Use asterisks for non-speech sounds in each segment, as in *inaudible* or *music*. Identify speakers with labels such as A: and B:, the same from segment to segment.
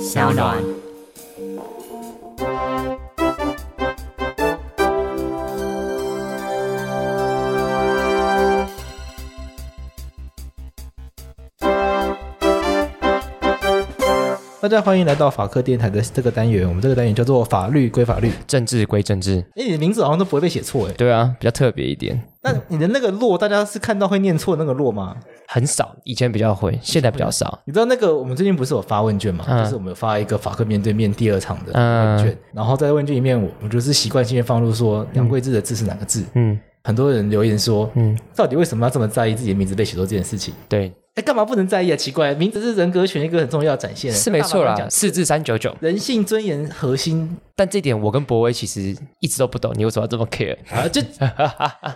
A: 小暖。
B: 大家欢迎来到法科电台的这个单元，我们这个单元叫做“法律归法律
C: 政治归政治”。，
B: 哎哎，你的名字好像都不会被写错哎。
C: 对啊，比较特别一点，
B: 那你的那个“落”，大家是看到会念错那个“落”吗？
C: 很少，以前比较会，现在比较少。
B: 你知道那个我们最近不是有发问卷嘛？
C: 嗯
B: 就是我们有发一个法科面对面第二场的
C: 嗯
B: 问卷，然后在问卷里面，我我就是习惯性地放入说杨贵志的字是哪个字，
C: 嗯
B: 很多人留言说，
C: 嗯，
B: 到底为什么要这么在意自己的名字被写错这件事情？
C: 对，
B: 哎，干嘛不能在意啊？奇怪，名字是人格权一个很重要的展现，
C: 是没
B: 大法
C: 错啦
B: 官，讲
C: 四至三九九。
B: 人性尊严核心
C: 但这点我跟博威其实一直都不懂，你为什么要这么 care？
B: 啊，
C: *laughs*
B: 就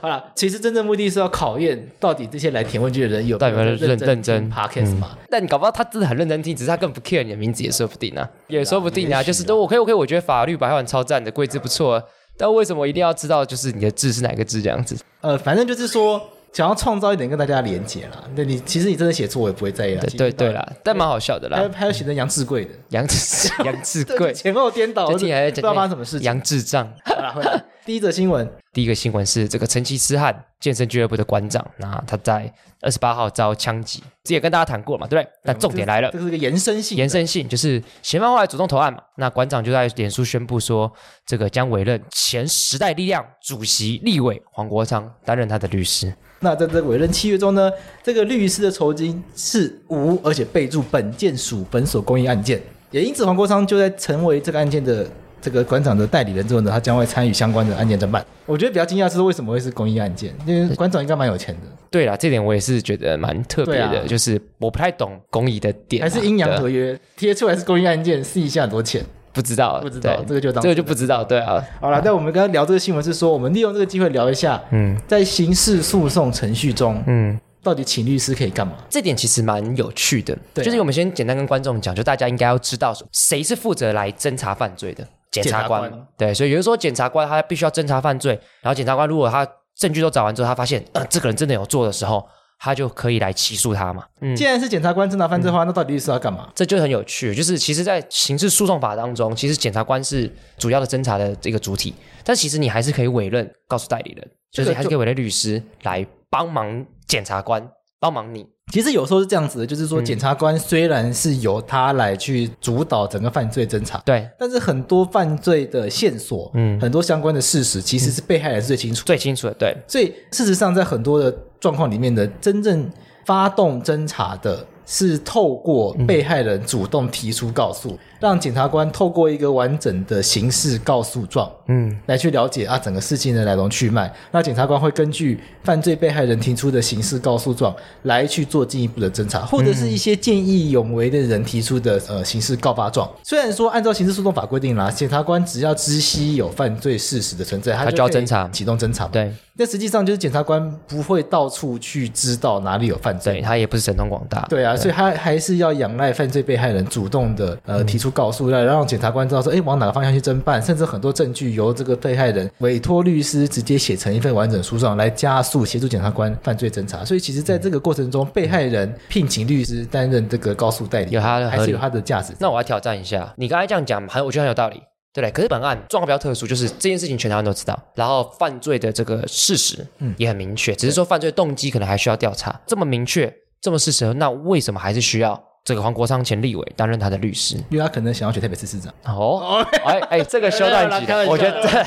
B: 好了。其实真正目的是要考验到底这些来填问卷的人有
C: 到底有没有
B: 认
C: 认认真嗯
B: 听 podcast 嘛？
C: 但你搞不好他真的很认真听，只是他更不 care 你的名字也说不定啊，也说不定
B: 也
C: 啊。
B: 许
C: 就是都 OK OK，我觉得法律白话文超赞的，贵字不错啊，但为什么一定要知道就是你的字是哪个字这样子？
B: 呃，反正就是说想要创造一点跟大家的连接啦。那你其实你真的写错，我也不会在意啦。
C: 对
B: 其实
C: 对对啦，但蛮好笑的
B: 还有
C: 啦。
B: 还有写成杨志贵的，
C: 杨志 *laughs* 杨志
B: *laughs* 对
C: 贵
B: 就， *laughs* 前后颠倒，
C: 就
B: 我是
C: 听起来
B: 不知道
C: 讲
B: 发生什么事情。
C: 杨智障。
B: 好啦回来第一则新闻，
C: 第一个新闻是这个成吉思汗健身俱乐部的馆长，那他在二十八号遭枪击，这也跟大家谈过嘛，对不对？那 *laughs* 重点来了
B: 这，个是个延伸性的，
C: 延伸性就是嫌犯后来主动投案嘛，那馆长就在脸书宣布说，这个将委任前时代力量主席立委黄国昌担任他的律师。
B: 那在这个委任契约中呢，这个律师的酬金是无，而且备注本件属本所公益案件。也因此，黄国昌就在成为这个案件的这个馆长的代理人之后呢，他将会参与相关的案件侦办。我觉得比较惊讶是为什么会是公益案件，因为馆长应该蛮有钱的，
C: 对啦，这点我也是觉得蛮特别
B: 对
C: 的，
B: 啊
C: 就是我不太懂公益的点啊、
B: 还是阴阳
C: 对
B: 合约贴出来是公益案件，私底下很多钱。
C: 不知道，
B: 不知道
C: 对
B: 这个就当
C: 这个就不知道，对啊，
B: 好了，但我们刚刚聊这个新闻是说，我们利用这个机会聊一下，
C: 嗯
B: 在刑事诉讼程序中，
C: 嗯。
B: 到底请律师可以干嘛？
C: 这点其实蛮有趣的，
B: 对啊
C: 就是我们先简单跟观众讲，就大家应该要知道谁是负责来侦查犯罪的检察官嘛
B: 检察官
C: 对，所以有的时候检察官他必须要侦查犯罪，然后检察官如果他证据都找完之后，他发现呃这个人真的有做的时候，他就可以来起诉他嘛。嗯，
B: 既然是检察官侦查犯罪的话，那到底律师要干嘛？
C: 这就很有趣，就是其实，在刑事诉讼法当中，其实检察官是主要的侦查的这个主体，但其实你还是可以委任告诉代理人，就是你还是可以委任律师来帮忙检察官帮忙你。
B: 其实有时候是这样子的，就是说，检察官虽然是由他来去主导整个犯罪侦查，
C: 对，
B: 但是很多犯罪的线索，嗯，
C: 嗯
B: 很多相关的事实，其实是被害人是最清楚。
C: 最清楚的，对，
B: 所以事实上，在很多的状况里面的真正发动侦查的。是透过被害人主动提出告诉，让检察官透过一个完整的刑事告诉状，
C: 嗯。
B: 来去了解啊整个事情的来龙去脉。那检察官会根据犯罪被害人提出的刑事告诉状来去做进一步的侦
C: 嗯
B: 查，或者是一些见义勇为的人提出的呃刑事告发状。虽然说按照刑事诉讼法规定啦，检察官只要知悉有犯罪事实的存在，他
C: 他就要
B: 可以
C: 侦查
B: 启动侦查。，
C: 对
B: 但实际上就是检察官不会到处去知道哪里有犯罪
C: 对，。他也不是神通广大。
B: 对啊，所以他还是要仰赖犯罪被害人主动的呃提出告诉，来让检察官知道说，哎，往哪个方向去侦办，甚至很多证据由这个被害人委托律师直接写成一份完整诉状，来加速协助检察官犯罪侦查。所以其实在这个过程中，被害人聘请律师担任这个告诉代理，
C: 嗯有他的合
B: 还
C: 理
B: 是有他的价值。
C: 那我来挑战一下，你刚才这样讲，很我觉得很有道理，对不对？可是本案状况比较特殊，就是这件事情全台湾都知道，然后犯罪的这个事实也很明确，只是说犯罪动机可能还需要调查。这么明确，这么事实，那为什么还是需要这个黄国昌前立委担任他的律师？
B: 因为他可能想要选台北市市
C: *laughs*
B: 长。
C: 哦，哎哎，这个修蛋级
B: 开玩
C: 的，
B: 笑
C: *laughs* 我觉得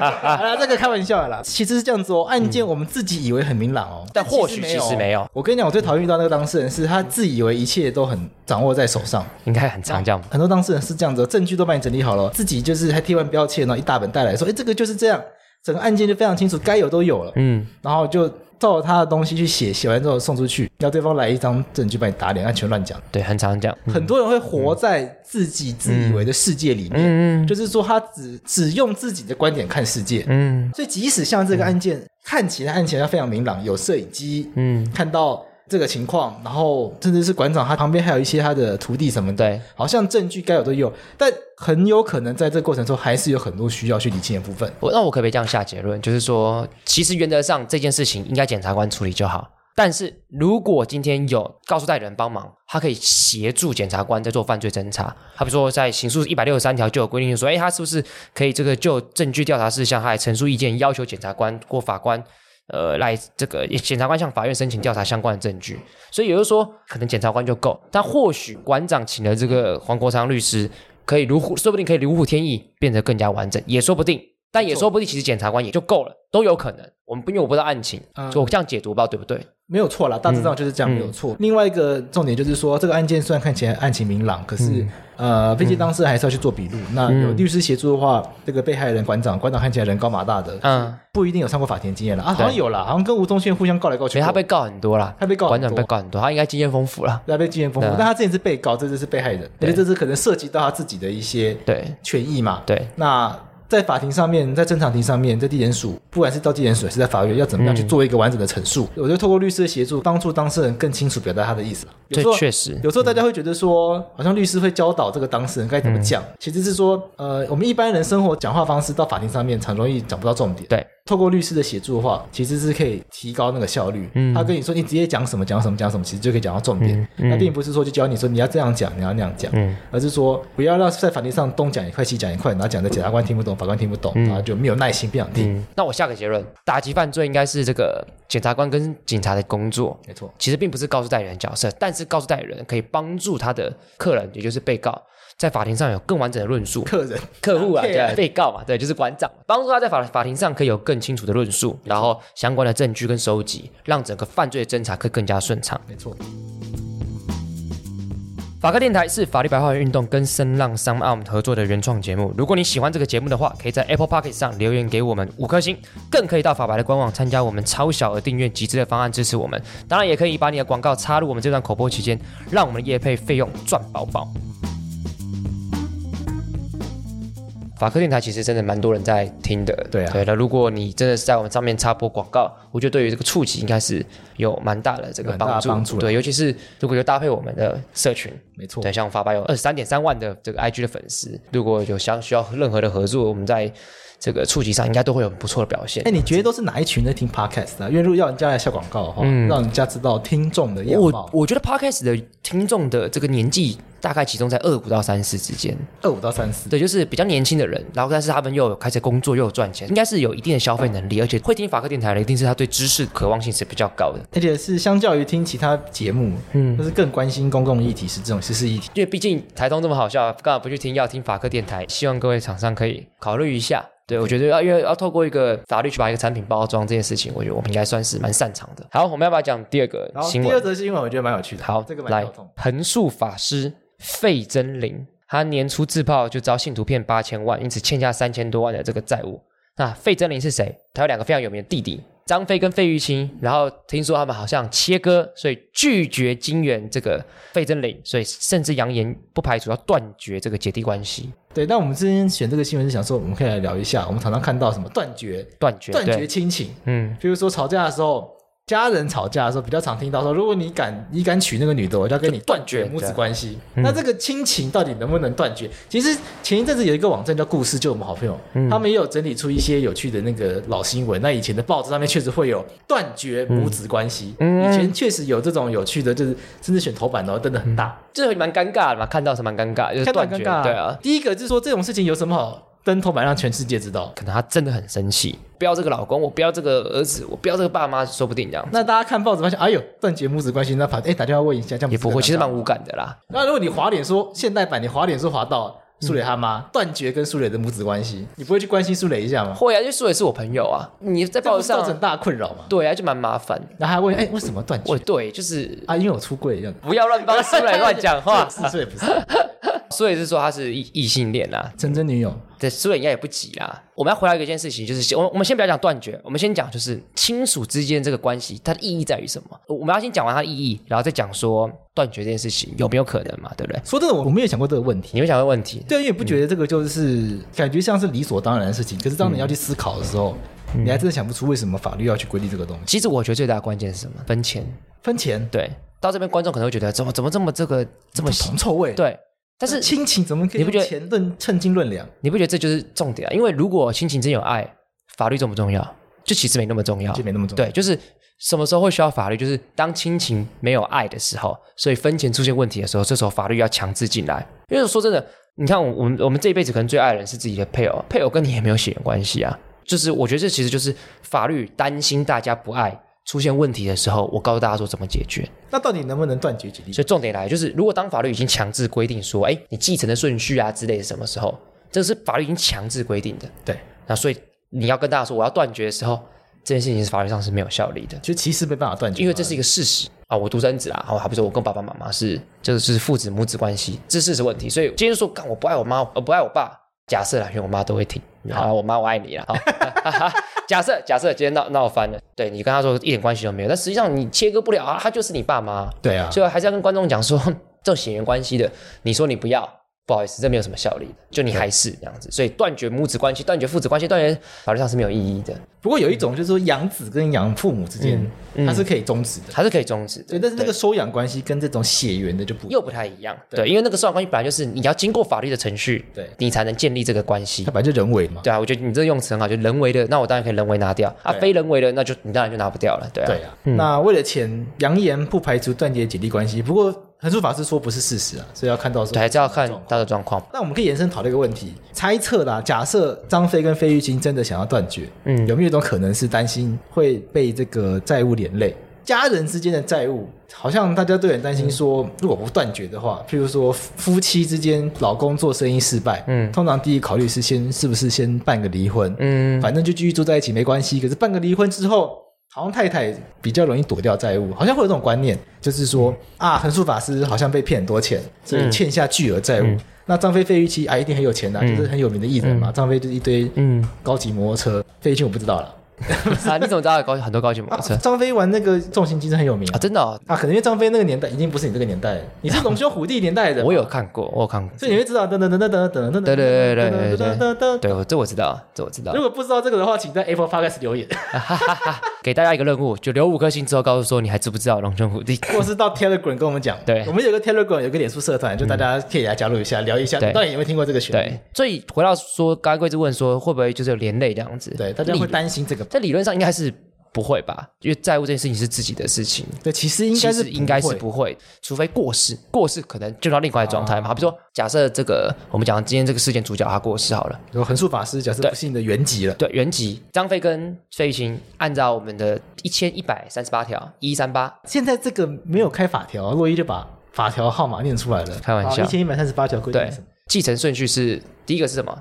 B: 啊，
C: 这
B: 这个开玩笑的啦。其实是这样子哦，案件我们自己以为很明朗哦，
C: 但或许
B: 哦
C: 其实没有
B: 我跟你讲，我最讨厌遇到那个当事人是他自以为一切都很掌握在手上，
C: 应该很常这样吧。
B: 很多当事人是这样子哦，证据都帮你整理好了，自己就是还贴完标签，然后一大本带来说，哎，这个就是这样。整个案件就非常清楚，该有都有了，
C: 嗯，
B: 然后就照他的东西去写，写完之后送出去，要对方来一张证据把你打脸，安全乱讲。
C: 对，很常讲，嗯
B: 很多人会活在自己自以为的世界里面，
C: 嗯
B: 就是说他只只用自己的观点看世界。
C: 嗯
B: 所以即使像这个案件、看起来案情它非常明朗，有摄影机，
C: 嗯，
B: 看到这个情况，然后甚至是馆长他旁边还有一些他的徒弟什么的，
C: 对，
B: 好像证据该有都有，但很有可能在这个过程中还是有很多需要去理清的部分。
C: 我那我可不可以这样下结论？就是说，其实原则上这件事情应该检察官处理就好。但是如果今天有告诉代理人帮忙，他可以协助检察官在做犯罪侦查。他比如说在刑诉一百六十三条就有规定说，哎，他是不是可以这个就证据调查事项，他还陈述意见，要求检察官或法官。呃，来这个检察官向法院申请调查相关的证据，所以也就是说，可能检察官就够，但或许馆长请了这个黄国昌律师，可以如虎，说不定可以如虎添翼，变得更加完整，也说不定。但也说不定，其实检察官也就够了，都有可能。我们不因为我不知道案情，
B: 嗯
C: 所以我这样解读，不知道对不对？
B: 没有错啦，大致上就是这样，
C: 嗯
B: 没有错。另外一个重点就是说，这个案件虽然看起来案情明朗，可是、
C: 嗯
B: 呃，被接当事人还是要去做笔录。那有律师协助的话，这个被害人馆长，馆长看起来人高马大的，
C: 嗯，
B: 不一定有上过法庭经验了啊，好像
C: 对
B: 有啦，好像跟吴宗宪互相告来告去
C: 所
B: 过，
C: 以他被告很多啦，
B: 他被告很
C: 馆
B: 多
C: 长被告很多，他应该经验丰富啦。
B: 他被经验丰富，
C: 对啊
B: 但他之前是被告，这次是被害人，而
C: 对
B: 且这次可能涉及到他自己的一些
C: 对
B: 权益嘛。
C: 对，
B: 那在法庭上面，在侦查庭上面，在地检署，不管是到地检署还是在法院，要怎么样
C: 嗯
B: 去做一个完整的陈述？我觉得透过律师的协助，帮助当事人更清楚表达他的意思啦。有时
C: 这
B: 候
C: 确实
B: 有时候大家会觉得说，好像律师会教导这个当事人该怎么讲，
C: 嗯
B: 其实是说，呃，我们一般人生活讲话方式到法庭上面，常容易讲不到重点。
C: 对，
B: 透过律师的协助的话，其实是可以提高那个效率。
C: 嗯
B: 他跟你说你直接讲什么讲什么讲什么，其实就可以讲到重点
C: 嗯。嗯
B: 那、并不是说就教你说你要这样讲，你要那样讲，
C: 嗯
B: 而是说不要让在法庭上东讲一块西讲一块，然后讲的检察官听不懂，法官听不懂，然后就没有耐心不想听。
C: 嗯，那我下个结论，打击犯罪应该是这个检察官跟警察的工作，
B: 没错，
C: 其实并不是告诉代理人的角色，但是告诉代理人可以帮助他的客人，也就是被告，在法庭上有更完整的论述。
B: 客人
C: 客户啊，
B: 对
C: 对啊，被告嘛，对，就是馆长嘛，帮助他在法法庭上可以有更清楚的论述，然后相关的证据跟收集，让整个犯罪的侦查可以更加顺畅。
B: 没错，
C: 法科电台是法律白话文运动跟声浪 s o m Arm 合作的原创节目。如果你喜欢这个节目的话，可以在 Apple p o c k e t 上留言给我们五颗星，更可以到法白的官网参加我们超小额订阅集资的方案支持我们。当然，也可以把你的广告插入我们这段口播期间，让我们的业配费用赚饱饱。法科电台其实真的蛮多人在听的，
B: 对啊
C: 对那如果你真的是在我们上面插播广告，我觉得对于这个触及应该是有蛮大的这个
B: 蛮大的
C: 帮助，
B: 帮助啊
C: 对，尤其是如果有搭配我们的社群，
B: 没错
C: 对，。像法白有二十三点三万的这个 IG 的粉丝，如果有相需要任何的合作，我们在这个触及上应该都会有很不错的表现
B: 哎、。你觉得都是哪一群在听 podcast 的、啊？因为如果要人家来下广告的话，
C: 嗯
B: 让人家知道听众的样
C: 我
B: 貌，
C: 我觉得 Podcast 的听众的这个年纪大概集中在二五到三四之间，
B: 二五到三四，
C: 对，就是比较年轻的人，然后但是他们又有开始工作又有赚钱，应该是有一定的消费能力，而且会听法科电台的，一定是他对知识渴望性是比较高的。
B: 而且是相较于听其他节目，嗯，
C: 嗯
B: 就是更关心公共议题是这种时事议题。
C: 因为毕竟台通这么好笑，干嘛不去听？要听法科电台，希望各位厂商可以考虑一下。对，我觉得要因为要透过一个法律去把一个产品包装这件事情，我觉得我们应该算是蛮擅长的。好，我们要不要讲第二个
B: 然后
C: 新
B: 第二
C: 闻？
B: 则新闻我觉得蛮有趣的，
C: 好，
B: 这个蛮
C: 来
B: 跳痛，
C: 横竖法师费真灵，他年初自曝就遭信徒骗八千万，因此欠下三千多万的这个债务。那费真灵是谁？他有两个非常有名的弟弟张飞跟费玉清，然后听说他们好像切割，所以拒绝金援这个费真灵，所以甚至扬言不排除要断绝这个姐弟关系，
B: 对，但我们之前选这个新闻是想说，我们可以来聊一下，我们常常看到什么断绝、
C: 断绝，
B: 断绝
C: 对，
B: 亲情，
C: 嗯，
B: 比如说吵架的时候，家人吵架的时候比较常听到说，如果你敢你敢娶那个女的，我就要跟你断绝
C: 就断绝
B: 母子关系。
C: 嗯
B: 那这个亲情到底能不能断绝？其实前一阵子有一个网站叫故事，就我们好朋友，
C: 嗯
B: 他们也有整理出一些有趣的那个老新闻。那以前的报纸上面确实会有断绝母子关系，
C: 嗯
B: 以前确实有这种有趣的，就是甚至选头版然后登的很大，
C: 这蛮尴尬的嘛，嗯看到是蛮尴尬，就是
B: 看到
C: 断
B: 很
C: 绝，
B: 尴尬、
C: 对啊，
B: 第一个就是说这种事情有什么好登头版让全世界知道？
C: 可能他真的很生气，不要这个老公，我不要这个儿子，我不要这个爸妈，说不定这样
B: 那大家看报纸发现，哎呦，断绝母子关系，那反哎打电话问一下，这样
C: 也
B: 是
C: 不
B: 更
C: 会，其实
B: 尴尬
C: 蛮
B: 吗
C: 无感的啦。
B: 那如果你滑脸说现代版，你滑脸说滑到苏磊他妈、断绝跟苏磊的母子关系，你不会去关心苏磊一下吗？
C: 会啊，因为苏也是我朋友啊，你在
B: 这
C: 报
B: 不是
C: 纸
B: 造
C: 上
B: 成
C: 啊，
B: 大困扰吗？
C: 对啊，就蛮麻烦。
B: 然后还问，哎、为什么断绝
C: 我？对，就是
B: 啊，因为我出柜一样。 *laughs*
C: 不要乱帮苏磊乱讲话。
B: 四岁不是？
C: *laughs* 所以是说他是异异性恋啊，
B: 真真女友，
C: 对，所以应该也不急啦。我们要回到一件事情，就是我我们先不要讲断绝，我们先讲就是亲属之间这个关系，它的意义在于什么？我们要先讲完它的意义，然后再讲说断绝这件事情有没有可能嘛，对不对？
B: 说真的，我我没有想过这个问题。
C: 你会想问问题，
B: 对，因为不觉得这个就是感觉像是理所当然的事情，可是当你要去思考的时候，你还真的想不出为什么法律要去规定这个东西。
C: 其实我觉得最大的关键是什么？分钱。
B: 分钱
C: 对，到这边观众可能会觉得怎么怎么这么这个这么
B: 铜臭味，，
C: 对，但是
B: 亲情怎么可以
C: 你不觉
B: 用
C: 得
B: 钱论称斤论两？
C: 你不觉得这就是重点啊？因为如果亲情真有爱，法律重不重要？就其实没那么重要
B: 就。没那么重要。
C: 对，就是什么时候会需要法律？就是当亲情没有爱的时候，所以分钱出现问题的时候，这时候法律要强制进来。因为说真的，你看我我们我们这一辈子可能最爱的人是自己的配偶，配偶跟你也没有血缘关系啊。就是我觉得这其实就是法律担心大家不爱出现问题的时候，我告诉大家说怎么解决。
B: 那到底能不能断绝举例？
C: 所以重点来就是，如果当法律已经强制规定说，哎，你继承的顺序啊之类的，什么时候，这是法律已经强制规定的。
B: 对，
C: 那所以你要跟大家说，我要断绝的时候，这件事情是法律上是没有效力的，
B: 就其实没办法断绝嘛，
C: 因为这是一个事实啊。我独生子啦，哦，还不是我跟爸爸妈妈是，这个是父子母子关系，这是事实问题。所以今天说，干我不爱我妈，我不爱我爸，假设啦，因为我妈都会听，好啦，我妈我爱你啦，好， *laughs* 假设假设今天闹闹翻了，对你跟他说一点关系都没有，但实际上你切割不了啊，他就是你爸妈啊，
B: 对啊，
C: 所以还是要跟观众讲说，这种血缘关系的，你说你不要，不好意思，这没有什么效力的，就你还是这样子，所以断绝母子关系、断绝父子关系、断绝法律上是没有意义的，
B: 不过有一种就是说养子跟养父母之间，
C: 嗯
B: 它是可以终止的。
C: 还是可以终止的。
B: 对，但是那个收养关系跟这种血缘的就不一样，
C: 又不太一样，对，因为那个收养关系本来就是你要经过法律的程序，
B: 对
C: 你才能建立这个关系
B: 它。本来就人为嘛。
C: 对啊，我觉得你这个用词很好，就人为的，那我当然可以人为拿掉啊，
B: 对啊
C: 非人为的，那就你当然就拿不掉了，对啊。
B: 对啊，那为了钱，扬言不排除断绝姐弟关系。不过横竖法师说不是事实啊，所以要看到说
C: 对，还是要看他的状况。
B: 那我们可以延伸讨论一个问题，猜测啦，假设张飞跟费玉清真的想要断绝，
C: 嗯
B: 有没有一种可能是担心会被这个债务连累？家人之间的债务，好像大家都很担心
C: 嗯
B: 说，如果不断绝的话，譬如说夫妻之间，老公做生意失败，
C: 嗯
B: 通常第一考虑是先是不是先办个离婚，
C: 嗯，
B: 反正就继续住在一起没关系。可是办个离婚之后，好像太太比较容易躲掉债务，好像会有这种观念，就是说
C: 嗯
B: 啊，横竖法师好像被骗很多钱，所以欠下巨额债
C: 嗯
B: 务。那张飞费玉清啊，一定很有钱的、就是很有名的艺人嘛。张飞就是一堆
C: 嗯
B: 高级摩托车，费玉清我不知道了。
C: *laughs* 啊，你怎么知道有高很多高级摩
B: 啊 *laughs*
C: 托车，
B: 张飞玩那个重型机是很有名
C: 啊？
B: 啊。
C: 真的哦，
B: 啊，可能因为张飞那个年代已经不是你这个年代了，你是龙兄虎弟年代的人嘛。
C: 我有看过，我有看过。
B: 所以你会知道，噔噔噔噔噔噔噔噔
C: 对对对对
B: 噔
C: 对
B: 噔噔噔。
C: 对，对我这我知道，这我知道
B: 如。果不知道这个的话，请在 Apple Podcast 留言。
C: 给大家一个任务，就留五颗星之后，告诉说你还知不知道龙泉虎地。
B: 或是到 Telegram 跟我们讲。
C: 对嗯
B: 我们有个 Telegram，有个脸书社团，就大家可以来加入一下，聊一下，
C: 对
B: 你到底有没有听过这个旋律
C: 对？，所以回到说，刚刚桂子问说会不会就是有连累这样子？
B: 对，大家会担心这个。
C: 在理论上应该是不会吧，因为债务这件事情是自己的事情，
B: 对，其实应该是
C: 其实应该
B: 不
C: 是
B: 会
C: 不会，除非过世，过世可能就到另外一个状态嘛。
B: 啊
C: 好比说，假设这个我们讲今天这个事件主角他过世好了，
B: 有横竖法师假设
C: 对
B: 不幸的原籍了，
C: 对，原籍张飞跟费玉清按照我们的一千一百三十八条一三八，
B: 现在这个没有开法条，啊洛伊就把法条号码念出来了。
C: 开玩笑
B: 一千一百三十八条规定
C: 对
B: 是什么？，
C: 继承顺序是第一个是什么？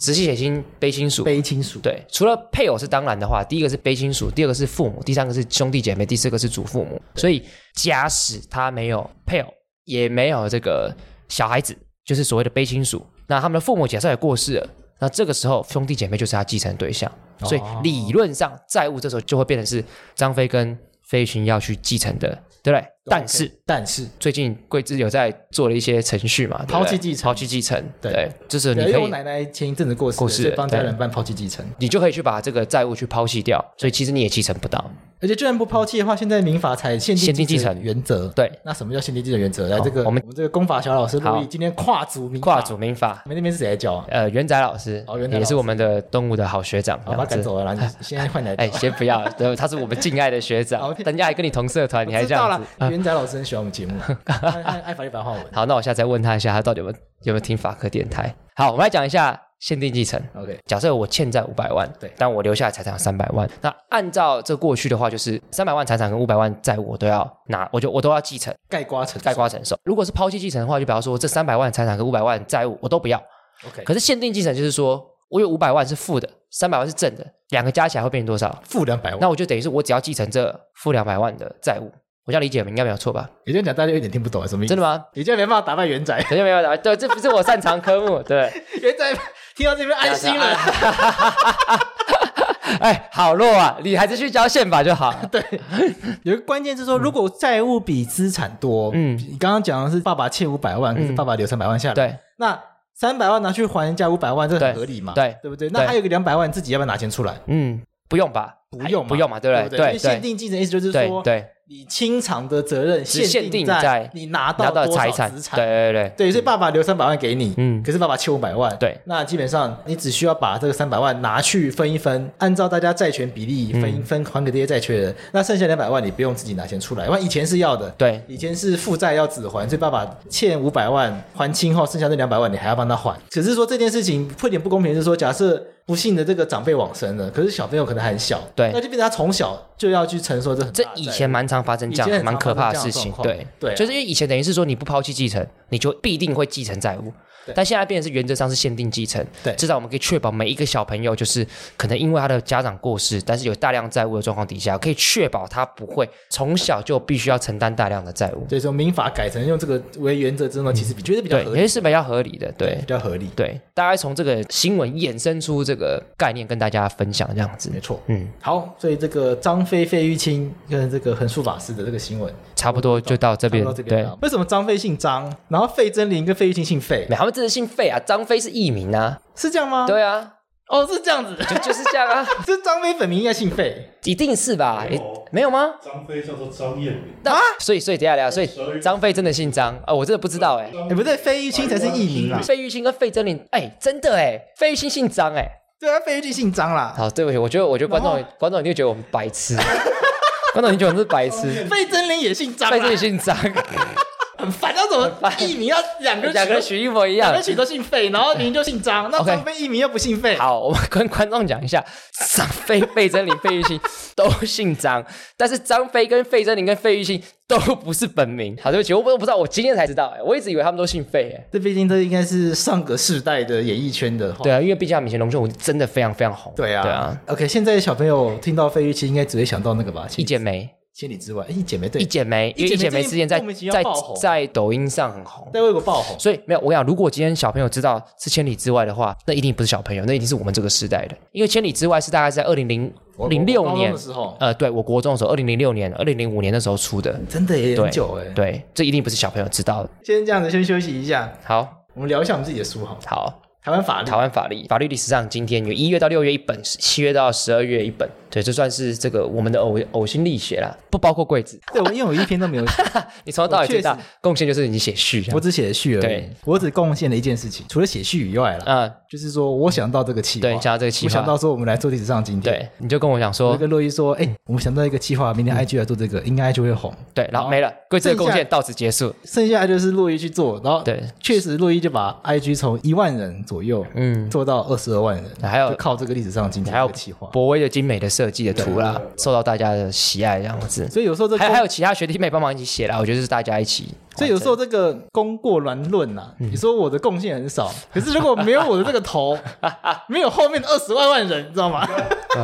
C: 直系血亲卑亲属，
B: 非亲属。
C: 对，除了配偶是当然的话，第一个是卑亲属，第二个是父母，第三个是兄弟姐妹，第四个是祖父母。所以，假使他没有配偶，也没有这个小孩子，就是所谓的卑亲属，那他们的父母假设也过世了，那这个时候兄弟姐妹就是他继承对象。所以
B: 哦
C: 理论上，债务这时候就会变成是张飞跟费玉清要去继承的，对不对？但是
B: OK，但是，
C: 最近桂枝有在做了一些程序嘛，对不对
B: 抛弃继承
C: 抛弃继承，
B: 对
C: 对，就是
B: 对
C: 你
B: 因
C: 可
B: 为我
C: 以
B: 奶奶前一阵子过世了，
C: 过世了
B: 所以帮家人
C: 对
B: 办抛弃继承。
C: 你就可以去把这个债务去抛弃掉，所以其实你也继承不到。
B: 而且，就算不抛弃的话，现在民法采限
C: 限
B: 定
C: 定
B: 继
C: 继
B: 承
C: 承
B: 原则。
C: 对，
B: 那什么叫限定继承原则？来，这个我
C: 我
B: 们
C: 们
B: 这个公法小老师洛伊
C: 好
B: 今天跨足民法
C: 跨祖，民法，
B: 你们那边是谁来教啊？
C: 呃，元仔老师、
B: 哦元仔老
C: 也
B: 师
C: 是我们的动物的好学长，
B: 好，把他赶
C: 这样子。
B: 走了啦，你现在换你来
C: 哎，
B: 讲。
C: 先不要， *laughs* 对，他是我们敬爱的学
B: 好
C: 长，人家还跟你同社团，你还
B: 我
C: 这
B: 知道
C: 样
B: 了
C: 子。， *laughs*
B: 元仔老师很喜欢我们节目，他他爱法律白话文。
C: 好，那我下次再问他一下，他到底有没有有没有听法科电台？好，我们来讲一下限定继承。
B: OK，
C: 假设我欠债五百万，
B: 对
C: 但我留下来财产有三百万，那按照这过去的话，就是三百万财产跟五百万债务我都要拿，我就我都要继承，
B: 盖瓜成
C: 概括承受。如果是抛弃继承的话，就比方说这三百万财产跟五百万债务我都不要，
B: OK，
C: 可是限定继承就是说，我有五百万是负的，三百万是正的，两个加起来会变成多少？
B: 负两百万。
C: 那我就等于是我只要继承这负两百万的债务，我这样理解应该没有错吧？
B: 你这样讲大家有点听不懂啊，什么意思？
C: 真的吗？
B: 你这样没办法打败元仔，
C: 等一下没有答对，这不是我擅长科目，对。
B: 元仔听到这边安
C: *laughs*
B: 心
C: 啊
B: 了。
C: 哎，好弱啊！你还是去教宪法
B: *laughs*
C: 就好了。对，
B: 有一个关键是说，如果债务比资产多，嗯，
C: 嗯
B: 你刚刚讲的是爸爸欠五百万，可是
C: 嗯
B: 爸爸留三百万下来，
C: 对，
B: 那三百万拿去还人家五百万，这很
C: 对
B: 合理嘛？
C: 对
B: 对不对？那
C: 对
B: 还有个两百万，自己要不要拿钱出来？
C: 嗯，不用吧？
B: 不用嘛，
C: 不用嘛对不
B: 不对？
C: 对
B: 因为
C: 对
B: 限定竞争意思就是
C: 对
B: 说，
C: 对，
B: 你清偿的责任
C: 只限
B: 定
C: 定在
B: 你拿
C: 拿
B: 到
C: 到
B: 多
C: 财
B: 少
C: 产，
B: 资
C: 对
B: 产。
C: 对对，
B: 对，所以爸爸留三百万给你，嗯，
C: 嗯
B: 可是爸爸欠五百万，
C: 对
B: 那基本上你只需要把这个三百万拿去分一分，按照大家债权比例分
C: 嗯
B: 一分还给这些债权人，那剩下两百万你不用自己拿钱出来，因为以前是要的，
C: 对
B: 以前是负债要只还，所以爸爸欠五百万还清后，剩下那两百万你还要帮他还。只是说这件事情会有点不公平，是说假设不幸的这个长辈往生了，可是小朋友可能还很小，
C: 对
B: 那就变成他从小就要去承受这很
C: 这
B: 大的
C: 以
B: 债务
C: 前蛮常发生这
B: 啊以前很
C: 样蛮
B: 常
C: 可
B: 发
C: 怕
B: 生这
C: 的
B: 样的
C: 事情
B: 状，况
C: 对
B: 对啊
C: 就是因为以前等于是说你不抛弃继承，你就必定会继承债务
B: 对，
C: 但现在变成是原则上是限定继承，
B: 对
C: 至少我们可以确保每一个小朋友就是可能因为他的家长过世，但是有大量债务的状况底下，可以确保他不会从小就必须要承担大量的债务，
B: 所以说民法改成用这个为原则之后，其实比觉得比较
C: 嗯对，
B: 合
C: 有
B: 理，
C: 些是比较合理的，对
B: 比。较合理，
C: 对，大概从这个新闻衍生出这个概念跟大家分享这样子
B: 没。错。
C: 嗯，
B: 好，所以这个张飞、费玉清跟这个横竖法师的这个新闻，
C: 差不多就到这边。
B: 差不多到这边
C: 对
B: 了，。为什么张飞姓张，然后费贞绫跟费玉清姓费
C: 没，他们真的姓费啊，张飞是艺名啊。
B: 是这样吗？，
C: 对啊，
B: 哦，是这样子，
C: 就 *laughs* 就是这样啊，
B: 这张飞本名应该姓费，
C: 一定是吧？
A: 没有
C: 诶没有吗？
A: 张飞叫做张彦明，
C: 那所以所以等一下聊，所以张飞真的姓张啊、我真的不知道哎、
B: 哎，不对，费玉清才是艺名啦。
C: 费玉清跟费贞绫，哎，真的哎，费玉清姓张哎。
B: 对啊，费玉清姓张啦。
C: 好，对不起，我觉得我觉得观众
B: 然
C: 观众一定觉得我们白痴，观众一定觉得我们是白痴。
B: 费贞绫也姓张
C: 费贞绫
B: 啦，
C: 姓张，
B: 很烦，那怎么艺名要两个
C: 两个人取一模一样
B: 两。个取都姓费，然后名就姓张，那
C: OK
B: 张飞艺名又不姓费，
C: *laughs* 好，我们跟观众讲一下，张飞、费贞绫、费玉清都姓张，但是张飞跟费贞绫跟费玉清都不是本名。好，对不起，我不我不知道，我今天才知道、哎，我一直以为他们都姓费、哎。
B: 这毕竟这应该是上个世代的演艺圈的话
C: 对啊，因为毕竟他们以前龙兄虎弟真的非常非常红。
B: 对啊，
C: 对啊，
B: OK，现在的小朋友听到费玉清，应该只会想到那个吧？
C: 一剪梅，
B: 千里之外，哎一姐妹对
C: 一，剪梅，因为
B: 一
C: 一
B: 剪梅
C: 剪梅之前
B: 最
C: 在
B: 近莫名其妙
C: 在
B: 爆红
C: 在抖音上很红。
B: 在为国爆红。
C: 所以没有，我想，如果今天小朋友知道是千里之外的话，那一定不是小朋友，那一定是我们这个时代的。因为千里之外是大概在二零零
B: 我
C: 零
B: 我
C: 六
B: 高中
C: 年
B: 的时候
C: 呃，对我国中的时候，二零零六年、二零零五年那时候出的。
B: 真的也哦很
C: 对
B: 久哎。
C: 对，这一定不是小朋友知道的。
B: 先这样子，先休息一下，
C: 好
B: 我们聊一下我们自己的书好了。
C: 好，
B: 台湾法律
C: 台，湾法律，法律历史上今天有一月到六月一本，七月到十二月一本，对，这算是这个我们的呕呕心沥血啦，不包括柜子。
B: 对我因为我一篇都
C: *laughs*
B: 没有写，
C: 你从头到尾最
B: 我
C: 大
B: 确
C: 贡献就是你写序啊
B: 我，只写了序而已。
C: 对
B: 我只贡献了一件事情，除了写序以外啦，
C: 嗯，
B: 就是说我想到这个企划，
C: 对想到这个企划
B: 我想到说我们来做历史上今天。
C: 对，嗯你就跟我讲
B: 我
C: 说，
B: 跟洛伊说，哎，我们想到一个企划，明天 IG 来做这个，应该就会红。
C: 对，然后没了，柜子的贡献到此结束。
B: 剩下就是洛伊去做，然后
C: 对
B: 确实洛伊就把 IG 从一万人左右，嗯，
C: 嗯
B: 做到二十二万人，
C: 还有
B: 就靠这个历史上今天
C: 还有
B: 的企划。
C: 博威的精美的设计的图啦，受到大家的喜爱，这样子。
B: 所以有时候这
C: 还
B: 功
C: 还有其他学弟妹帮忙一起写啦，我觉得是大家一起。
B: 所以有时候这个功过銮论呐，
C: 嗯
B: 你说我的贡献很少，可是如果没有我的这个头，没有后面的二十万万人，你知道吗？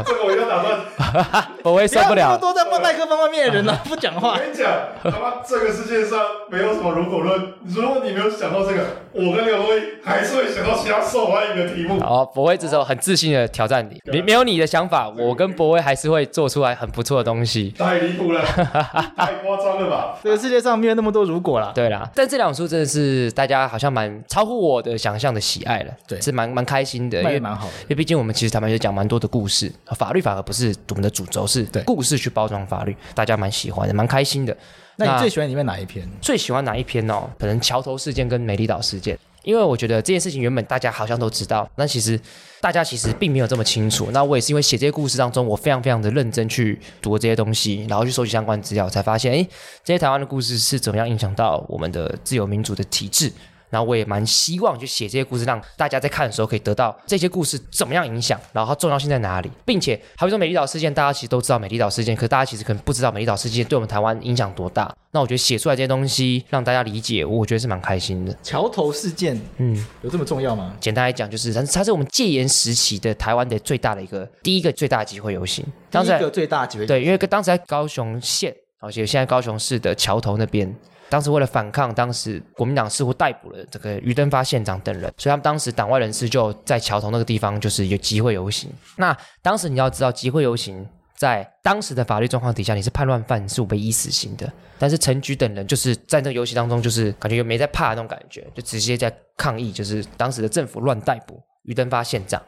A: 这个我一定要打断。
C: 博 *laughs* 威受
B: 要那
C: 不
B: 么
C: 了，
B: 多在麦克风外面的
C: *laughs*
B: 人呢，啊不讲
A: 我
B: 话。
A: 跟你讲，他妈这个世界上没有什么如果论。如果你没有想到这个，我跟刘若英还是会想到其他受欢迎的题目。
C: 好，博威这时候很自信的挑战你，
B: 啊
C: 没没有你的想法，我跟博威还是会做出来很不错的东西。
A: 太离谱了，太夸张了吧？
B: 这个世界上没有那么多如果啦，
C: 对啦，但这两本书真的是大家好像蛮超乎我的想象的喜爱了，
B: 对
C: 是蛮蛮开心的，因
B: 卖
C: 为
B: 的蛮好的。
C: 因为毕竟我们其实坦白就讲蛮多的故事，法律反而不是我们的主轴，是
B: 对
C: 故事去包装法律，大家蛮喜欢的，蛮开心的。
B: 那你
C: 那
B: 最喜欢里面哪一篇？
C: 最喜欢哪一篇哦？可能桥头事件跟美丽岛事件，因为我觉得这件事情原本大家好像都知道，那其实大家其实并没有这么清楚。那我也是因为写这些故事当中，我非常非常的认真去读这些东西，然后去收集相关资料，才发现，诶，这些台湾的故事是怎么样影响到我们的自由民主的体制。然后我也蛮希望去写这些故事，让大家在看的时候可以得到这些故事怎么样影响，然后它重要性在哪里，并且还有说美丽岛事件，大家其实都知道美丽岛事件，可是大家其实可能不知道美丽岛事件对我们台湾影响多大。那我觉得写出来这些东西让大家理解，我觉得是蛮开心的。
B: 桥头事件
C: 嗯，
B: 有这么重要吗？
C: 简单来讲就是，它它是我们戒严时期的台湾的最大的一个第一个最大的集会游行。
B: 第
C: 当
B: 一
C: 时
B: 个最大几位，
C: 对，因为当时在高雄县。而且现在高雄市的桥头那边，当时为了反抗当时国民党似乎逮捕了这个于登发县长等人，所以他们当时党外人士就在桥头那个地方就是有集会游行。那当时你要知道，集会游行在当时的法律状况底下，你是叛乱犯是有被依死刑的。但是陈菊等人就是在那个游戏当中，就是感觉又没在怕那种感觉，就直接在抗议，就是当时的政府乱逮捕于登发县长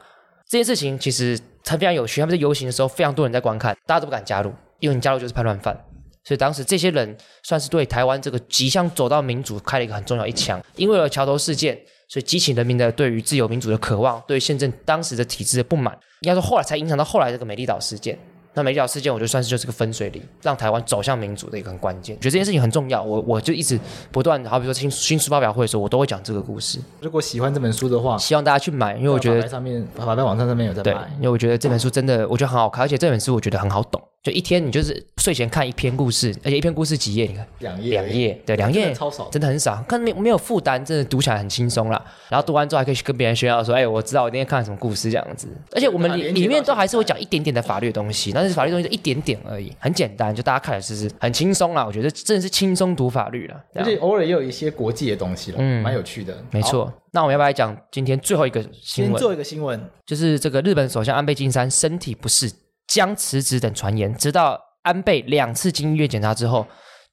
C: 这件事情，其实它非常有趣。他们在游行的时候，非常多人在观看，大家都不敢加入，因为你加入就是叛乱犯。所以当时这些人算是对台湾这个即将走到民主开了一个很重要一枪，因为有桥头事件，所以激起人民的对于自由民主的渴望，对于宪政当时的体制的不满。应该说后来才影响到后来这个美丽岛事件。那美丽岛事件，我觉得算是就是个分水岭，让台湾走向民主的一个很关键。我觉得这件事情很重要，我我就一直不断，好比说新新书发表会的时候，我都会讲这个故事，
B: 如果喜欢这本书的话，
C: 希望大家去买，因为我觉
B: 法
C: 得
B: 拍上面法拍网站上面有在
C: 对
B: 卖，，
C: 因为我觉得这本书真的，我觉得很好看，而且这本书我觉得很好懂。就一天，你就是睡前看一篇故事，而且一篇故事几页？你看
B: 两页哎
C: 两页，对，两页
B: 真的超少
C: 真的很少，看没有没有负担，真的读起来很轻松啦。然后读完之后还可以去跟别人炫耀说：“哎、我知道我今天看了什么故事这样子。”而且我们
B: 对啊
C: 里
B: 连接到
C: 里面都还是会讲一点点的法律的东西，但是法律东西就一点点而已，很简单，就大家看了就是很轻松啦。我觉得真的是轻松读法律了，这
B: 而
C: 样
B: 且偶尔也有一些国际的东西了，
C: 啊嗯
B: 蛮有趣的。
C: 没
B: 好，
C: 错。那我们要不要来讲今天最后一个新
B: 先
C: 闻？
B: 做一个新闻，
C: 就是这个日本首相安倍晋三身体不适将辞职等传言，直到安倍两次经医院检查之后，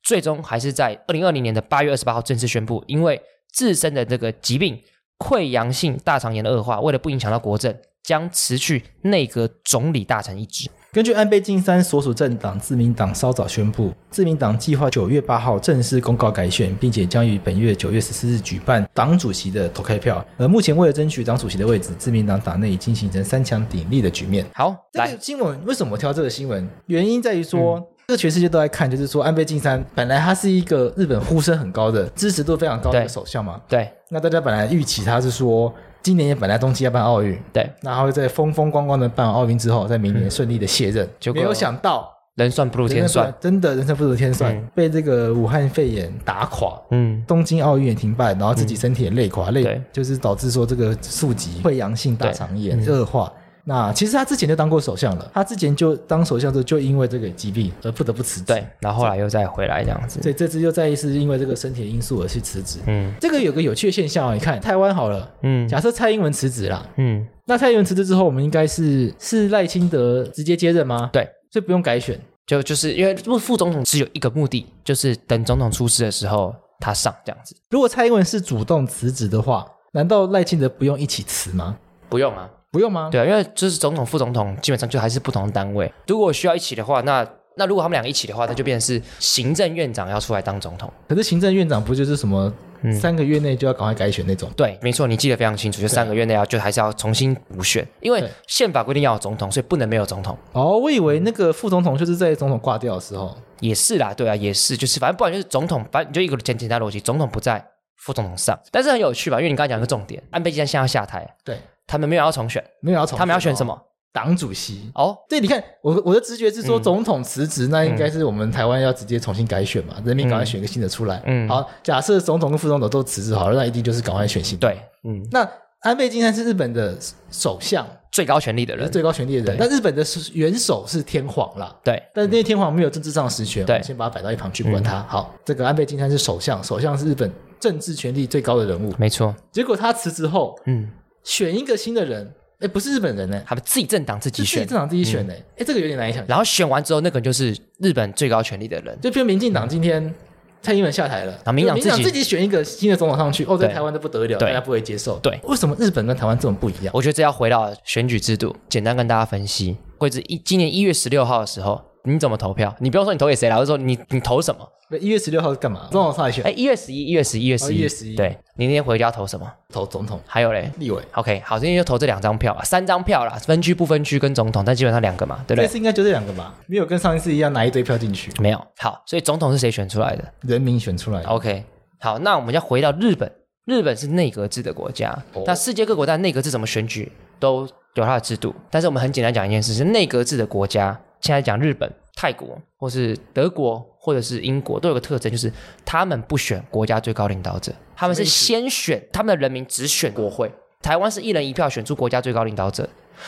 C: 最终还是在二零二零年的八月二十八号正式宣布，因为自身的这个疾病溃疡性大肠炎的恶化，为了不影响到国政，将辞去内阁总理大臣一职。
B: 根据安倍晋三所属政党自民党稍早宣布，自民党计划九月八号正式公告改选，并且将于本月九月十四日举办党主席的投开票。而目前为了争取党主席的位置，自民党党内已经形成三强鼎立的局面。
C: 好，
B: 这个
C: 来，嗯
B: 新闻为什么我挑这个新闻？原因在于说，这个全世界都在看，就是说安倍晋三本来他是一个日本呼声很高的、支持度非常高的一个
C: 对
B: 首相嘛，
C: 对
B: 那大家本来预期他是说今年也本来冬季要办奥运，
C: 对，
B: 那他会在风风光光的办完奥运之后，在明
C: 嗯
B: 年顺利的卸任，
C: 结果
B: 没有想到
C: 人算不如天算，，
B: 真的人生不如天算，
C: 嗯
B: 被这个武汉肺炎打垮。
C: 嗯，
B: 东京奥运也停办，然后自己身体也累垮，累
C: 对
B: 就是导致说这个宿疾溃疡性大肠炎
C: 嗯
B: 恶化。那其实他之前就当过首相了，他之前就当首相之后就因为这个疾病而不得不辞职。
C: 对，，然后后来又再回来这样子，
B: 所以这次又再一次因为这个身体的因素而去辞职。
C: 嗯
B: 这个有个有趣的现象啊，你看台湾好了，
C: 嗯
B: 假设蔡英文辞职啦，
C: 嗯，
B: 那蔡英文辞职之后，我们应该是是赖清德直接接任吗？
C: 对，
B: 所以不用改选。
C: 就就是因为副副总统只有一个目的，就是等总统出事的时候他上这样子。
B: 如果蔡英文是主动辞职的话，难道赖清德不用一起辞吗？
C: 不用啊，
B: 不用吗？
C: 对啊，因为就是总统、副总统基本上就还是不同的单位。如果需要一起的话，那那如果他们两个一起的话，那就变成是行政院长要出来当总统。
B: 可是行政院长不就是什么
C: 嗯
B: 三个月内就要赶快改选那种？
C: 对，没错，你记得非常清楚，就三个月内要就还是要重新补选，因为
B: 对
C: 宪法规定要有总统，所以不能没有总统。
B: 哦，我以为那个副总统就是在总统挂掉的时候，
C: 也是啦，对啊，也是，就是反正不然就是总统，反正你就一个简简单的逻辑，总统不在，副总统上。但是很有趣吧，因为你刚才讲一个重点，安倍晋三现在要下台，
B: 对，
C: 他们没有要重选，
B: 没有要从
C: 他们要选什？么？
B: 哦党主席。
C: 哦，
B: 对，你看我我的直觉是说，
C: 嗯
B: 总统辞职，那应该是我们台湾要直接重新改选嘛，人民赶快选一个新的出来。
C: 嗯
B: 好，假设总统跟副总统都辞职好了，那一定就是赶快选新。，
C: 对，嗯，
B: 那安倍晋三是日本的首相，
C: 最高权力的
B: 是
C: 人，
B: 最高权力的人
C: 对，
B: 但日本的是元首是天皇啦。
C: 对，
B: 但那些天皇没有政治上的实权，我
C: 对嗯
B: 们先把它摆到一旁去，不管他。好，这个安倍晋三是首相，首相是日本政治权力最高的人物。
C: 没错，
B: 结果他辞职后，
C: 嗯，
B: 选一个新的人，哎，不是日本人呢、
C: 他们自己政党自
B: 是
C: 己
B: 自己
C: 选，嗯
B: 政党自己选的、哎、这个有点难以想象。
C: 然后选完之后，那个人就是日本最高权力的人，
B: 就譬如民进党今天蔡英文下台了，
C: 啊民进党
B: 就
C: 自己
B: 自己选一个新的总统上去，哦，在
C: 对
B: 台湾都不得了，
C: 对
B: 大家不会接受。
C: 对
B: 为什么日本跟台湾这么不一样？
C: 我觉得这要回到选举制度，简单跟大家分析。贵子一今年一月十六号的时候，你怎么投票？你不要说你投给谁啦，我就说你你投什么？
B: 一月十六号是干嘛？总统上来选，
C: 哎，一月十一，一月十一，一月十一，
B: 哦1月11
C: 对，你那天回家投什么？
B: 投总统、
C: 还有嘞
B: 立委，
C: ，OK，好，今天就投这两张票啊，三张票啦，分区不分区跟总统，但基本上两个嘛，对不
B: 这
C: 对？
B: 次应该就这两个吧？没有跟上一次一样拿一堆票进去，
C: 没有，好，所以总统是谁选出来的？
B: 人民选出来的。
C: OK，好，那我们要回到日本，日本是内阁制的国家，那世界各国在内阁制怎么选举都有它的制度，但是我们很简单讲一件事，是内阁制的国家，现在讲日本、泰国或是德国。或者是英国都有个特征，就是他们不选国家最高领导者，他们是先选他们的人民只选国会。台湾是一人一票选出国家最高领导者，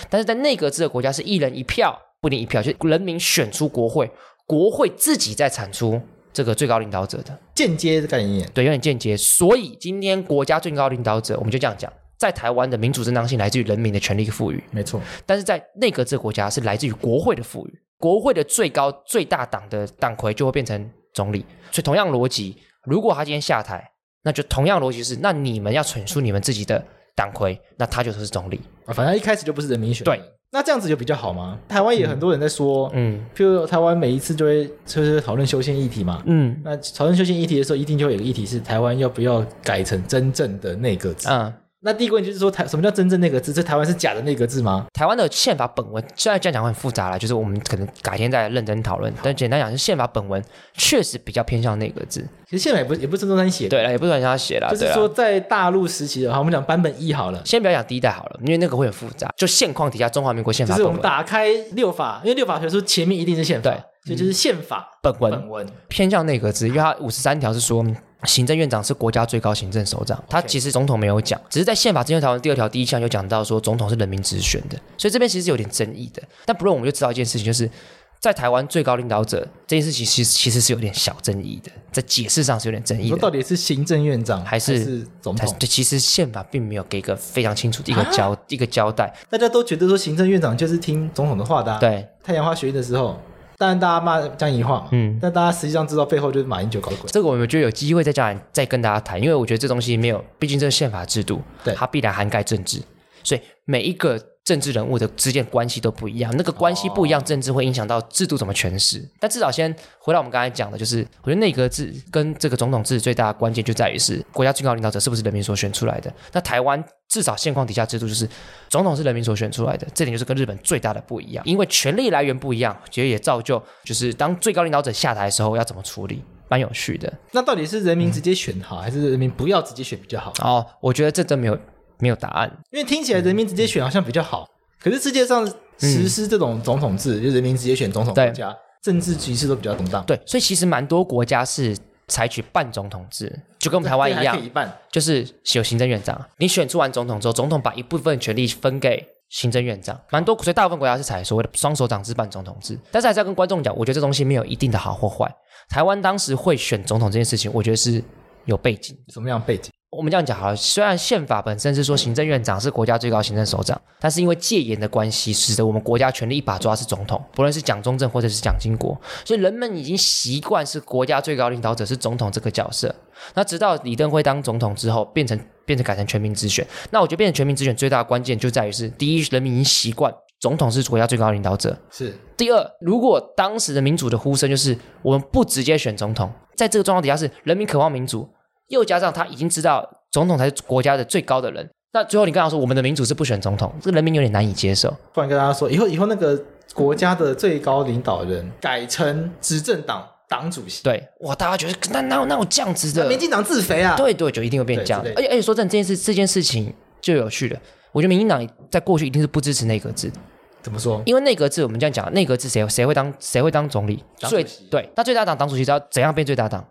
C: 但是在内阁制的国家是一人一票，不一定一票，就是人民选出国会，国会自己在产出这个最高领导者的，
B: 间接的概念，
C: 对，有点间接。所以今天国家最高领导者，我们就这样讲，在台湾的民主正当性来自于人民的权利赋予，
B: 没错，
C: 但是在内阁制国家是来自于国会的赋予，国会的最高最大党的党魁就会变成总理。所以同样逻辑，如果他今天下台，那就同样逻辑是，那你们要选出你们自己的党魁，那他就是总理。
B: 啊反正一开始就不是人民选的。
C: 对，
B: 那这样子就比较好吗？台湾也很多人在说，
C: 嗯
B: 譬如台湾每一次就会就是讨论修宪议题嘛。
C: 嗯
B: 那讨论修宪议题的时候，一定就会有一个议题是台湾要不要改成真正的内阁制。
C: 嗯，
B: 那第一个问题就是说，台什么叫真正内阁制？这台湾是假的内阁制吗？
C: 台湾的宪法本文，虽然这样讲会很复杂了，就是我们可能改天再认真讨论。但简单讲，是宪法本文确实比较偏向内阁制。
B: 其实宪法也不是也不是孙中山写的，
C: 对了，也不能让他写了，
B: 就是
C: 对啦啊
B: 说在大陆时期的话，我们讲版本一好了，
C: 先不要讲第一代好了，因为那个会很复杂。就现况底下，中华民国宪
B: 就
C: 法
B: 是
C: 本
B: 我们
C: 文
B: 打开六法，因为六法全书前面一定是宪法，
C: 对嗯
B: 所以就是宪法
C: 本文
B: 本文。
C: 偏向内阁制，因为它五十三条是说。行政院长是国家最高行政首长，他其实总统没有讲，只是在宪法增修条文第二条第一项有讲到说总统是人民直选的，所以这边其实有点争议的。但不论我们就知道一件事情，就是在台湾最高领导者这件事情，其实其实是有点小争议的，在解释上是有点争
B: 你
C: 议
B: 说
C: 的。
B: 到底是行政院长
C: 还是
B: 是总
C: 但是
B: 统？啊
C: 对，其实宪法并没有给一个非常清楚的一个交、一个交代。
B: 大家都觉得说行政院长就是听总统的话的、啊。，
C: 对，
B: 太阳花学运的时候，当然大家骂江宜桦嘛，
C: 嗯
B: 但大家实际上知道背后就是马英九搞的鬼。
C: 这个我们觉得有机会再讲，再跟大家谈，因为我觉得这东西没有，毕竟这是宪法制度，
B: 对
C: 它必然涵盖政治，所以每一个政治人物的之间关系都不一样，那个关系不一样，政治会影响到制度怎么诠释。但至少先回到我们刚才讲的，就是我觉得内阁制跟这个总统制最大的关键就在于是国家最高领导者是不是人民所选出来的。那台湾至少现况底下制度就是总统是人民所选出来的，这点就是跟日本最大的不一样，因为权力来源不一样，其实也造就就是当最高领导者下台的时候要怎么处理，蛮有趣的。
B: 那到底是人
C: 嗯
B: 民直接选好，还是人民不要直接选比较好？
C: 哦，我觉得这真没有没有答案。
B: 因为听起来人民直接选好像比较好，可是世界上实施这种总统制，就人民直接选总统
C: 嗯对
B: 国家，政治局势都比较动荡。
C: 对，所以其实蛮多国家是采取半总统制，就跟我们台湾一
B: 对还
C: 样
B: 可以，一半。
C: 就是有行政院长。你选出完总统之后，总统把一部分权力分给行政院长，蛮多，所以大部分国家是采所谓的双手掌制半总统制。但是还是要跟观众讲，我觉得这东西没有一定的好或坏。台湾当时会选总统这件事情，我觉得是有背景的。
B: 什么样的背景？
C: 我们这样讲好了，虽然宪法本身是说行政院长是国家最高行政首长，但是因为戒严的关系，使得我们国家权力一把抓是总统，不论是蒋中正或者是蒋经国，所以人们已经习惯是国家最高领导者是总统这个角色。那直到李登辉当总统之后，变成变成改成全民直选。那我觉得变成全民直选最大的关键就在于是，第一，人民已经习惯总统是国家最高领导者，
B: 是
C: 第二，如果当时的民主的呼声就是我们不直接选总统，在这个状况底下是人民渴望民主，又加上他已经知道总统才是国家的最高的人，那最后你刚刚说我们的民主是不选总统，这个人民有点难以接受。
B: 突然跟大家说，以后以后那个国家的最高领导人改成执政党党主席，
C: 对，哇，大家觉得那那那有这样子
B: 那
C: 的，
B: 民进党自肥啊，
C: 对对，就一定会变
B: 对
C: 这样
B: 之。类的
C: 而且而且说真的，这件事这件事情就有趣了。我觉得民进党在过去一定是不支持内阁制的，
B: 怎么说？
C: 因为内阁制我们这样讲，内阁制谁谁会当谁会当总理？
B: 党主
C: 最
B: 席
C: 对，那最大党党主席知道怎样变最大党？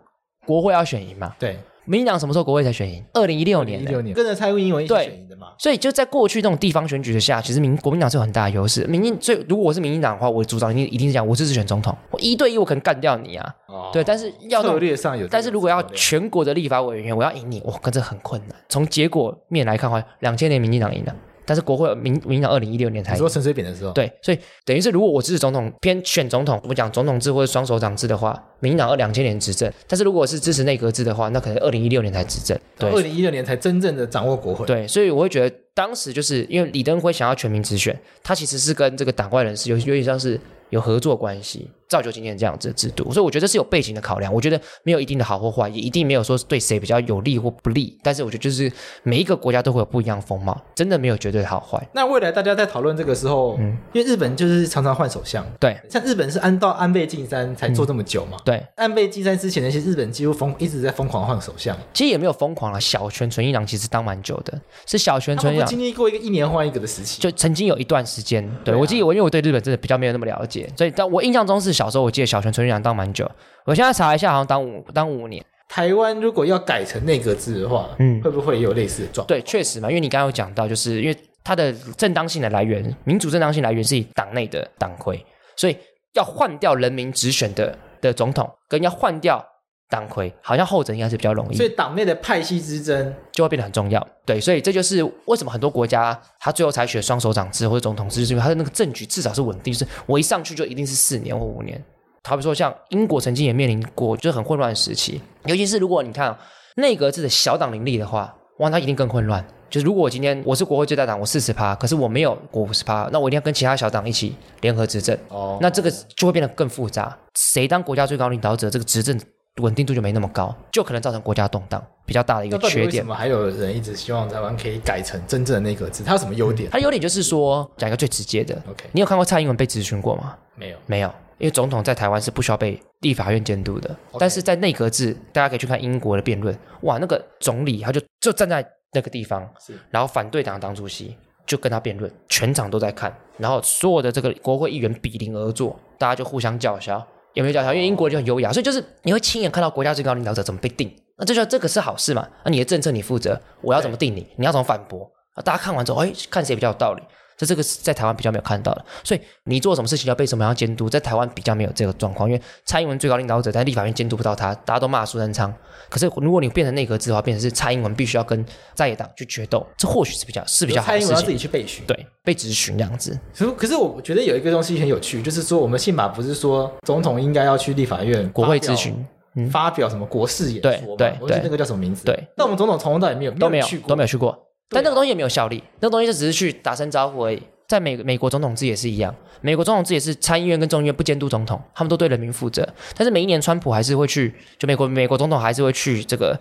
C: 国会要选赢嘛？
B: 对，
C: 民进党什么时候国会才选赢？二零一六年
B: 一
C: 呢、
B: 六年跟着蔡英文一起
C: 对
B: 选赢的嘛，
C: 所以就在过去那种地方选举的下，其实民国民党是有很大的优势。民进，所以如果我是民进党的话，我的主张一定一定是讲，我支持选总统，我一对一我可能干掉你啊。
B: 哦
C: 对，但是要
B: 策
C: 弄
B: 略上有这个考量，
C: 但是如果要全国的立法委员，我要赢你，哇，跟这很困难。从结果面来看的话，两千年民进党赢了，但是国会民民进党二零一六年才
B: 你
C: 赢
B: 说陈水扁的时候，
C: 对，所以等于是如果我支持总统偏选总统，我们讲总统制或者双手掌制的话，民进党二两千年执政；但是如果是支持内阁制的话，那可能二零一六年才执政。对，
B: 二零一六年才真正的掌握国会，
C: 对，所以我会觉得当时就是因为李登辉想要全民直选，他其实是跟这个党外人士有有点像是有合作关系，造就今天这样子的制度。所以我觉得这是有背景的考量，我觉得没有一定的好或坏，也一定没有说对谁比较有利或不利。但是我觉得就是每一个国家都会有不一样的风貌，真的没有绝对的好坏。
B: 那未来大家在讨论这个时候，
C: 嗯
B: 因为日本就是常常换首相，
C: 对
B: 像日本是安到安倍晋三才做这么久嘛。
C: 对，
B: 安倍晋三之前那些日本几乎疯一直在疯狂换首相，
C: 其实也没有疯狂了。小泉纯一郎其实当蛮久的，是小泉
B: 他
C: 纯
B: 们
C: 一
B: 会
C: 郎
B: 经历过一个一年换一个的时期。
C: 就曾经有一段时间，
B: 对
C: 对
B: 啊
C: 我记得我因为我对日本真的比较没有那么了解，所以但我印象中是小时候我记得小泉纯一郎当蛮久，我现在查一下好像当五当五年，
B: 台湾如果要改成内阁制的话，
C: 嗯
B: 会不会也有类似的状况？
C: 对，确实嘛，因为你刚刚有讲到，就是因为它的正当性的来源，民主正当性来源是以党内的党魁，所以要换掉人民直选的的总统，跟要换掉党魁，好像后者应该是比较容易，
B: 所以党内的派系之争，
C: 就会变得很重要。对，所以这就是为什么很多国家他最后采取了双手掌制或者总统制，就是因为他的那个政局至少是稳定，就是我一上去就一定是四年或五年。好比说，像英国曾经也面临过就是很混乱的时期，尤其是如果你看内阁制的小党林立的话，哇，那一定更混乱。就是如果我今天我是国会最大党，我四十趴，可是我没有国五十趴，那我一定要跟其他小党一起联合执政。
B: 哦
C: 那这个就会变得更复杂。谁当国家最高领导者，这个执政稳定度就没那么高，就可能造成国家动荡，比较大的一个
B: 那到底
C: 缺
B: 为
C: 点
B: 什。么还有人一直希望台湾可以改成真正的内阁制？它有什么优点？
C: 它的优点就是说，讲一个最直接的
B: OK
C: 嗯你有看过蔡英文被质询过吗？
B: 没有，
C: 没有，因为总统在台湾是不需要被立法院监督的。但是在内阁制，大家可以去看英国的辩论，哇，那个总理他就就站在那个地方
B: 是，
C: 然后反对党的党主席就跟他辩论，全场都在看，然后所有的这个国会议员比邻而坐，大家就互相叫嚣，有没有叫嚣？因为英国就很优雅，所以就是你会亲眼看到国家最高领导者怎么被定。那这就这个是好事嘛？那你的政策你负责，我要怎么定你？你要怎么反驳？啊大家看完之后，哎，看谁比较有道理。这这个是在台湾比较没有看到的，所以你做什么事情要被什么样监督，在台湾比较没有这个状况，因为蔡英文最高领导者，但立法院监督不到他，大家都骂苏贞昌。可是如果你变成内阁制的话，变成是蔡英文必须要跟在野党去决斗，这或许是比较是比较好
B: 蔡
C: 的
B: 英
C: 事
B: 文要自
C: 情。
B: 己去备询。
C: 对，被质询这样子，
B: 可是可是我觉得有一个东西很有趣，就是说我们宪法不是说总统应该要去立法院
C: 国会
B: 发表
C: 咨询，嗯，
B: 发表什么国事演说嘛？
C: 对对
B: 我记得
C: 对
B: 那个叫什么名字？
C: 对。
B: 但我们总统从头到尾没有
C: 都没有
B: 去过，
C: 都没有去过。但
B: 对啊
C: 那个东西也没有效力，那个东西就只是去打声招呼而已。在美美国总统制也是一样，美国总统制也是参议院跟众议院不监督总统，他们都对人民负责。但是每一年川普还是会去，就美国美国总统还是会去这个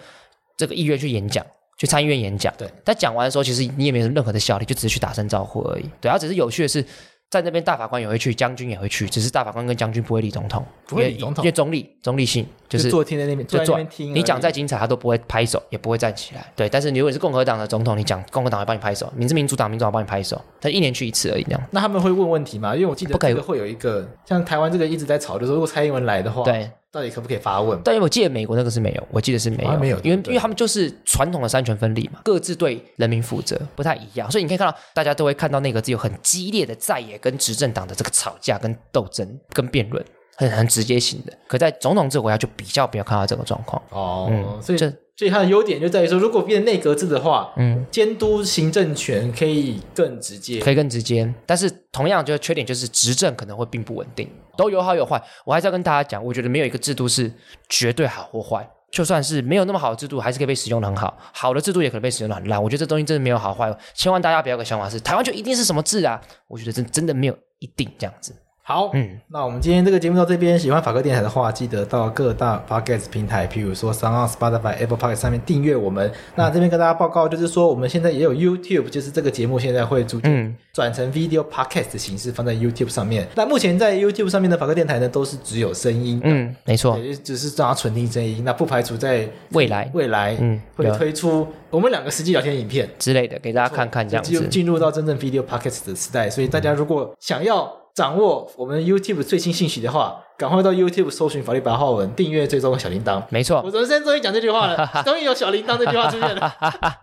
C: 这个议院去演讲，去参议院演讲。
B: 对，
C: 但讲完的时候，其实你也没有任何的效力，就只是去打声招呼而已。对，他只是有趣的是。在那边，大法官也会去，将军也会去，只是大法官跟将军不会理总统，
B: 不会理
C: 因为
B: 总统
C: 因为中立中立性就
B: 就是坐听在那边，坐
C: 就
B: 在那
C: 坐
B: 边听而已。
C: 你讲再精彩，他都不会拍手，也不会站起来。对，但是你如果你是共和党的总统，你讲共和党会帮你拍手，你是民主党，民主党会帮你拍手，他一年去一次而已，这样。
B: 那他们会问问题吗？因为我记得
C: 不可以
B: 这个会有一个像台湾这个一直在吵，就是如果蔡英文来的话，，
C: 对，
B: 到底可不可以发问？
C: 但因为我记得美国那个是没有，我记得是没
B: 好
C: 有，
B: 像没有
C: 因为
B: 对不对
C: 因为他们就是传统的三权分立嘛，各自对人民负责，不太一样，所以你可以看到大家都会看到那个只有很激烈的在野跟执政党的这个吵架、跟斗争、跟辩论，很很直接型的。可在总统制国家就比较没有看到这个状况。
B: 哦，
C: 嗯
B: 所以
C: 这
B: 所以它的优点就在于说，如果变内阁制的话，
C: 嗯，
B: 监督行政权可以更直接。
C: 可以更直接，但是同样就是缺点就是执政可能会并不稳定，都有好有坏。我还是要跟大家讲，我觉得没有一个制度是绝对好或坏，就算是没有那么好的制度，还是可以被使用的很好。好的制度也可能被使用的很烂。我觉得这东西真的没有好坏，哦千万大家不要有个想法是台湾就一定是什么制啊？我觉得真真的没有一定这样子。
B: 好，
C: 嗯，
B: 那我们今天这个节目到这边，喜欢法科电台的话，记得到各大 podcast 平台，譬如说 s o u n Spotify、Apple Podcast 上面订阅我们。那这边跟大家报告，就是说我们现在也有 YouTube，就是这个节目现在会逐渐
C: 嗯
B: 转成 video podcast 的形式放在 YouTube 上面。那目前在 YouTube 上面的法科电台呢，都是只有声音，
C: 嗯，没错，
B: 也只是让它纯听声音。那不排除在
C: 未来
B: 未来，
C: 嗯
B: 会
C: 有
B: 推出我们两个实际聊天影片。
C: 之类的，给大家看看这样
B: 就
C: 子。
B: 进入到真正 video podcast 的时代，所以大家如果想要掌握我们 YouTube 最新信息的话，赶快到 YouTube 搜寻法律白话文，订阅追踪小铃铛。
C: 没错
B: 我，昨天终于讲这句话
C: *laughs*
B: 了，终于有小铃铛这句话出现了。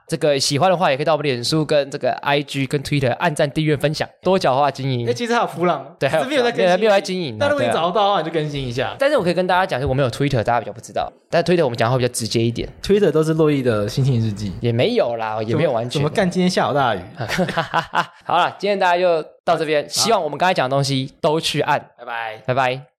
C: 这个喜欢的话也可以到我们脸书、跟这个 IG、跟 Twitter 按赞、订阅、分享，多角化经营
B: 哎，。其实还有弗朗，
C: *laughs* 对还有
B: 只是没有在更新，
C: 没有在经营啊
B: 那如果你
C: 对啊
B: 找得到的话，你就更新一下。
C: 但是我可以跟大家讲，是我们有 Twitter，大家比较不知道。但 Twitter 我们讲话比较直接一点，
B: Twitter 都是洛伊的心情日记，
C: 也没有啦，也没有完
B: 怎
C: 全
B: 么。
C: *laughs*
B: 干？今天下好大雨，
C: 好了，今天大家就到这边，希望我们刚才讲的东西都去按，
B: 拜拜。
C: 拜拜。